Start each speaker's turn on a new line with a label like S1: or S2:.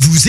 S1: Vous